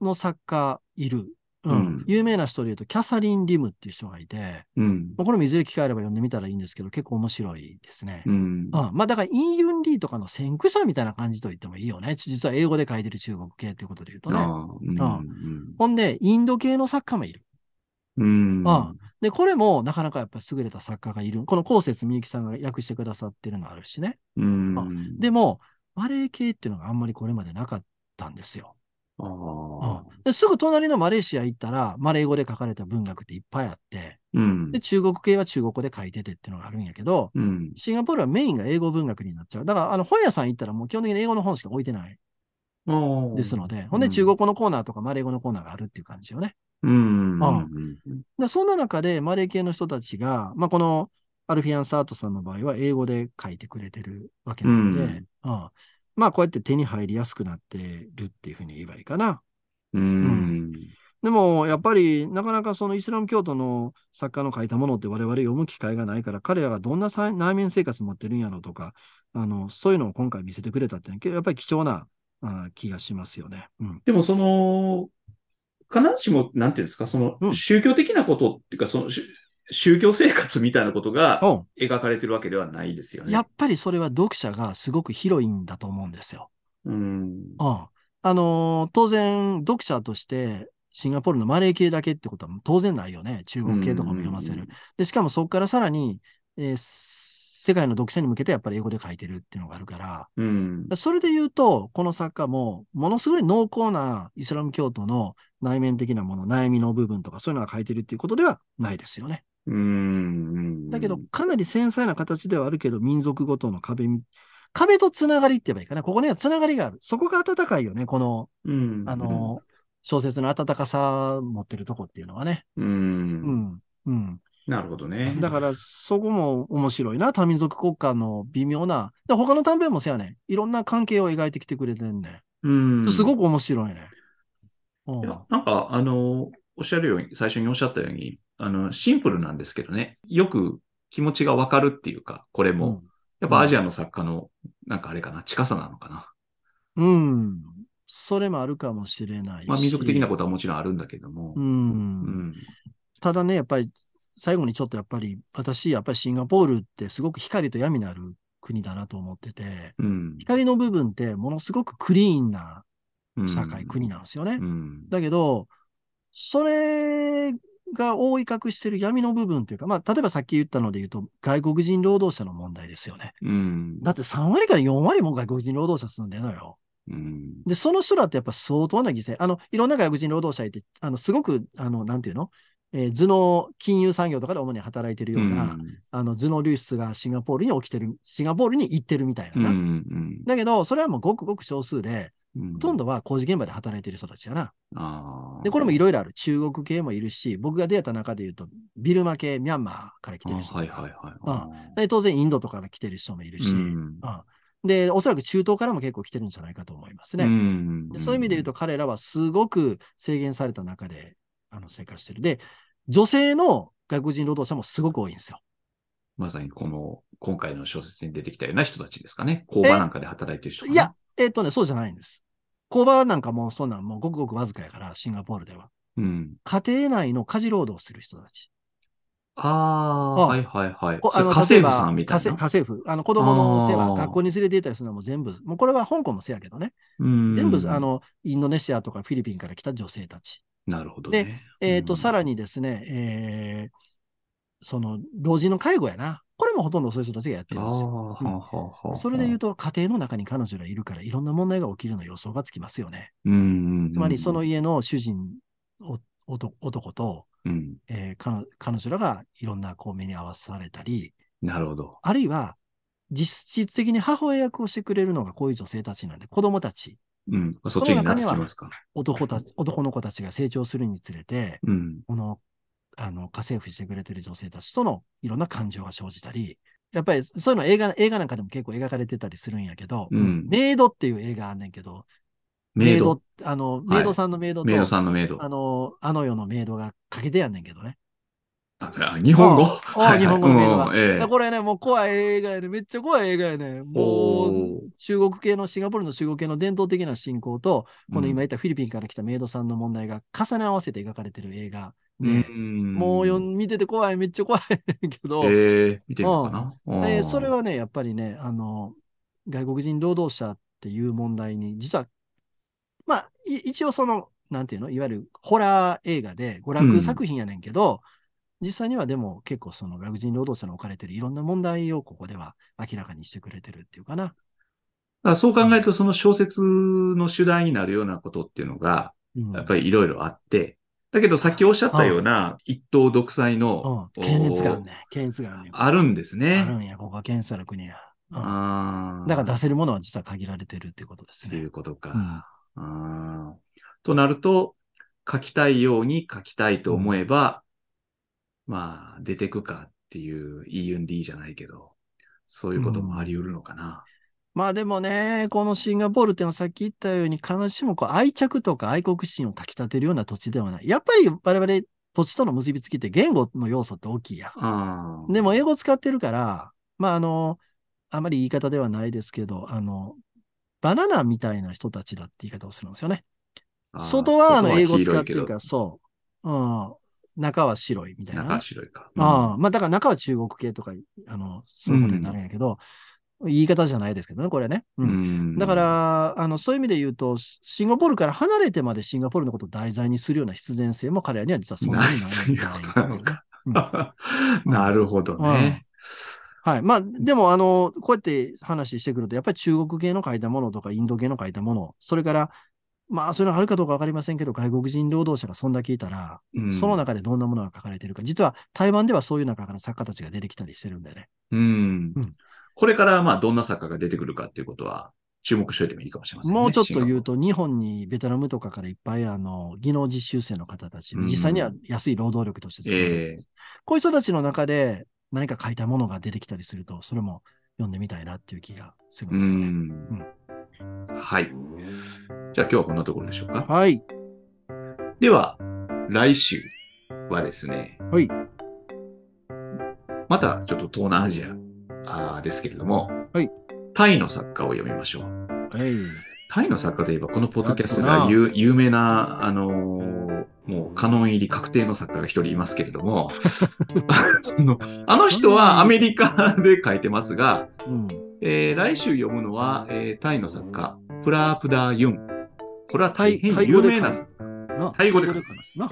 S2: の作家いる。うん。
S1: うん
S2: 有名な人で言うと、キャサリン・リムっていう人がいて、
S1: うん。
S2: まあこれもいずれ機会あれば読んでみたらいいんですけど、結構面白いですね。
S1: うん。
S2: あまあだから、イン・ユン・リーとかの先駆者みたいな感じと言ってもいいよね。ち実は英語で書いてる中国系っていうことで言うとね。
S1: ああうん
S2: あほんで、インド系の作家もいる。
S1: うん。
S2: あで、これもなかなかやっぱ優れた作家がいる。この高節みゆきさんが訳してくださってるのあるしね。
S1: うん。
S2: あでも、マレー系っていうのがあんまりこれまでなかったんですよ。
S1: ああ
S2: うんですぐ隣のマレーシア行ったら、マレー語で書かれた文学っていっぱいあって、
S1: うん
S2: で、中国系は中国語で書いててっていうのがあるんやけど、
S1: うん。
S2: シンガポールはメインが英語文学になっちゃう。だから、あの、本屋さん行ったらもう基本的に英語の本しか置いてない
S1: ああ
S2: ですので、ほんで中国語のコーナーとかマレー語のコーナーがあるっていう感じよね。
S1: うん。
S2: あでそんな中で、マレー系の人たちが、まあ、このアルフィアン・サートさんの場合は英語で書いてくれてるわけなので、
S1: うん
S2: うんまあ、こうやって手に入りやすくなってるっていうふうに言えばいいかな。
S1: うん。
S2: でも、やっぱり、なかなかそのイスラム教徒の作家の書いたものって我々読む機会がないから、彼らがどんなさ内面生活持ってるんやろうとか、あの、そういうのを今回見せてくれたっていうのは、やっぱり貴重なあ気がしますよね。うん。
S1: でもその、必ずしも、なんていうんですか、その、
S2: うん
S1: 宗教的なことっていうか、その、し宗教生活みたいなことが
S2: お
S1: 描かれてるわけではないですよね。
S2: やっぱりそれは読者がすごく広いんだと思うんですよ。
S1: うん。
S2: うん。あのー当然、読者として、シンガポールのマレー系だけってことは当然ないよね。中国系とかも読ませる。で、しかもそこからさらに、えー世界の読者に向けてやっぱり英語で書いてるっていうのがあるから、
S1: うん。うん。
S2: それで言うと、この作家も、ものすごい濃厚なイスラム教徒の内面的なもの、悩みの部分とかそういうのが書いてるっていうことではないですよね。
S1: うんうん。
S2: だけど、かなり繊細な形ではあるけど、民族ごとの壁み、壁とつながりって言えばいいかな。ここにはつながりがある。そこが温かいよね。この、
S1: うん、
S2: あの、小説の温かさ持ってるとこっていうのはね。
S1: うん、う
S2: う
S1: ん。
S2: ん。うん。
S1: なるほどね。
S2: だから、そこも面白いな。多民族国家の微妙な。で他の短編もせやね。いろんな関係を描いてきてくれてんね。
S1: うん。
S2: すごく面白いね。うん
S1: いやなんか、あの、おっしゃるように、最初におっしゃったように、あの、シンプルなんですけどね、よく気持ちがわかるっていうか、これも、やっぱアジアの作家の、なんかあれかな、近さなのかな。
S2: うん。うんそれもあるかもしれないし。
S1: まあ、民族的なことはもちろんあるんだけども
S2: う、。
S1: うんん。
S2: ただね、やっぱり、最後にちょっとやっぱり、私、やっぱりシンガポールってすごく光と闇のある国だなと思ってて、
S1: うん。
S2: 光の部分ってものすごくクリーンな
S1: うん
S2: 社会、国なんですよね
S1: う。ん。
S2: だけど、それが覆い隠してる闇の部分というか、まあ、例えばさっき言ったので言うと、外国人労働者の問題ですよね。
S1: うん。
S2: だって3割から4割も外国人労働者住んでるのよ。
S1: うん。
S2: で、その人らってやっぱ相当な犠牲。あの、いろんな外国人労働者いて、あの、すごく、あの、なんていうの、えー頭脳、金融産業とかで主に働いてるような、あの、頭脳流出がシンガポールに起きてる、シンガポールに行ってるみたいな
S1: うん。
S2: な。
S1: うん。
S2: だけど、それはもうごくごく少数で、
S1: うん。
S2: ほとんどは工事現場で働いてる人たちやな。
S1: ああ。
S2: で、これもいろいろある。中国系もいるし、僕が出会った中で言うと、ビルマ系、ミャンマーから来て
S1: あ
S2: る人。
S1: はいはいはい。
S2: で当然、インドとかから来てる人もいるし、
S1: うん
S2: で、おそらく中東からも結構来てるんじゃないかと思いますね。
S1: うん
S2: でそういう意味で言うと、彼らはすごく制限された中であの生活してる。で、女性の外国人労働者もすごく多いんですよ。
S1: まさにこの、今回の小説に出てきたような人たちですかね。工場なんかで働いてる人かない
S2: や、、えっ、とね、そうじゃないんです。工場なんかもうそんなんもうごくごくわずかやから、シンガポールでは。
S1: うん。
S2: 家庭内の家事労働をする人たち。
S1: ああ、
S2: あ
S1: はいはいはい。
S2: お
S1: それ家
S2: 例え
S1: 政
S2: ば
S1: 婦さんみたい
S2: 家政
S1: な。
S2: 家政婦。あの、子供の世
S1: あ
S2: 話、
S1: ー
S2: 学校に連れて行ったりするのも全部、もうこれは香港もせやけどね。
S1: 全
S2: 全部、あ、の、インドネシアとかフィリピンから来た女性たち。
S1: なるほどね。
S2: えっ、と、さら
S1: に、
S2: にですね、えーその、老人の介護やな。これもほとんどそういう人たちがやって
S1: あ
S2: るんですよ。
S1: あ、はあはあはあ。
S2: それで言う
S1: う
S2: と、家庭の中に彼女がいるから、いろんな問題が起きるの予想がつきますよね。
S1: ん。
S2: つまり、その、家の主人を、男男と、
S1: うん。
S2: えー彼彼女らがいろんなこう目に合わされたり、
S1: なるほど。
S2: あるいは、実質的に母親役をしてくれるのがこういう女性たちなんで、子供たち、
S1: うん。そっちになってきますか。
S2: 男たち男の子たちが成長するにつれて、
S1: うん。
S2: この、あの、家政婦してくれてる女性たちとのいろんな感情が生じたり、やっぱりそういうの映画、映画なんかでも結構描かれてたりするんやけど、
S1: うん
S2: メイドっていう映画あんねんけど、
S1: メイド。、
S2: あの、メイドさんのメイドと、
S1: メイドさんのメイド。
S2: あの、あの世のメイドがかけてやんねんけどね。
S1: あ日本語
S2: お日本語のメイドが。
S1: ええ。
S2: これね、もう怖い映画やね。めっちゃ怖い映画やね。もう、中国系の、シンガポールの中国系の伝統的な信仰と、この今言ったフィリピンから来たメイドさんの問題が重ね合わせて描かれてる映画で、もうよ見てて怖い、めっちゃ怖いねんけど、
S1: ええ、見てみようかな。
S2: でそれはね、やっぱりね、あの、外国人労働者っていう問題に、実は、まあ、い一応その、なんていうの、いわゆるホラー映画で娯楽作品やねんけど、実際にはでも結構その外国人労働者の置かれてるいろんな問題をここでは明らかにしてくれてるっていうかな。
S1: だからそう考えると、その小説の主題になるようなことっていうのが、
S2: うん
S1: やっぱりいろいろあって、だけどさっきおっしゃったような一党独裁
S2: う
S1: の
S2: ん、検閲があんねん。検閲があんねん。
S1: あるんです
S2: ある
S1: ね。
S2: んや、ここは検閲ある国や。うん
S1: あー
S2: だから出せるものは実は限られてるっていうことです
S1: ってい
S2: ね。
S1: うことか。
S2: うん
S1: あーとなると、書きたいように書きたいと思えば、まあ、出てくかっていう、E&D じゃないけど、そういうこともあり得るのかな。
S2: まあでもね、このシンガポールっていうのはさっき言ったように、必ずしもこう愛着とか愛国心をかきたてるような土地ではない。やっぱり我々土地との結びつきって言語の要素って大きいやん。
S1: あー
S2: でも英語使ってるから、まああの、あまり言い方ではないですけど、あの、バナナみたいな人たちだって言い方をするんですよね。
S1: あー
S2: 外はあの英語を使
S1: 外は黄色い
S2: って
S1: け
S2: る
S1: ど
S2: から、そう。うん。中は白いみたいなね。
S1: 中は白いか。
S2: ああ、まあだから中は中国系とか、あの、そういうことになるんやけど、言い方じゃないですけどね、これね。う。
S1: うんん
S2: だか、ら、あの、そういう意味で言うと、シシンガポールから離れてまでシンガポールのことを題材にするような必然性も彼らには実はそんなにない。
S1: ないということなのか
S2: うん
S1: *laughs* なるほどね。
S2: はい。まあ、でも、あの、こうやって話してくると、やっぱり中国系の書いたものとか、インド系の書いたもの、それから、まあ、それはあるかどうかわかりませんけど、外国人労働者がそんだけいたら、
S1: うん
S2: その中でどんなものが書かれてるか、実は台湾ではそういう中から作家たちが出てきたりしてるんだよね。
S1: うん
S2: うん
S1: これから、まあ、どんな作家が出てくるかっていうことは、注目しておいてもいいかもしれませんね。
S2: もうちょっと言う
S1: シン
S2: と、日本にベトナムとかからいっぱい、あの、技能実習生の方たち、
S1: うん
S2: 実際には安い労働力として使
S1: ガポール。
S2: われてる
S1: ええ
S2: こういう人たちの中で何か書いたものが出てきたりすると、それも読んでみたいなっていう気がするん
S1: う
S2: ですよね。
S1: ん。はい。じゃあ今日はこんなところでしょうか。
S2: はい。
S1: では、来週はですね、
S2: はい。
S1: またちょっと東南アジアあーですけれども、
S2: はい
S1: タイの作家を読みましょう。
S2: はい。
S1: タイの作家といえば、このポッドキャストで
S2: だっ
S1: は
S2: たな
S1: 有有名な、あのーもうカノン入り確定の作家が一人いますけれど
S2: *laughs*
S1: も、あのあの人はアメリカで書いてますが、
S2: うん。
S1: えー来週読むのは、えータイの作家、プラープダー・ユン。これは大変
S2: タイタイ語
S1: 有
S2: で
S1: 名な作家。
S2: な
S1: タイ語で書きます
S2: な。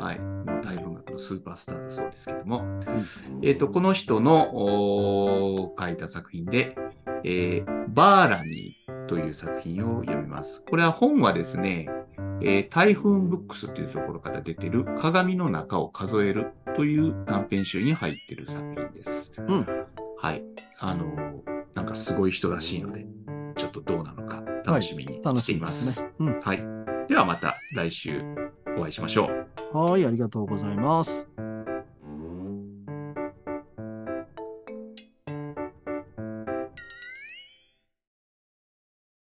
S1: はい。もうタイ文学のスーパースターだそうですけども。
S2: ん
S1: えっ、と、この人のおー書いた作品で、えーバーラミーという作品を読みます。これは本はですね、えー、台風ブックスというところから出てる鏡の中を数えるという短編集に入ってる作品です。
S2: ん
S1: はい。あのーなんかすごい人らしいので、ちょっとどうなのか楽しみに
S2: 楽
S1: して
S2: し
S1: い
S2: み
S1: ま。
S2: ですすね。うん。
S1: はい。ではまた来週お会いしましょう。
S2: はい。ありがとうございます。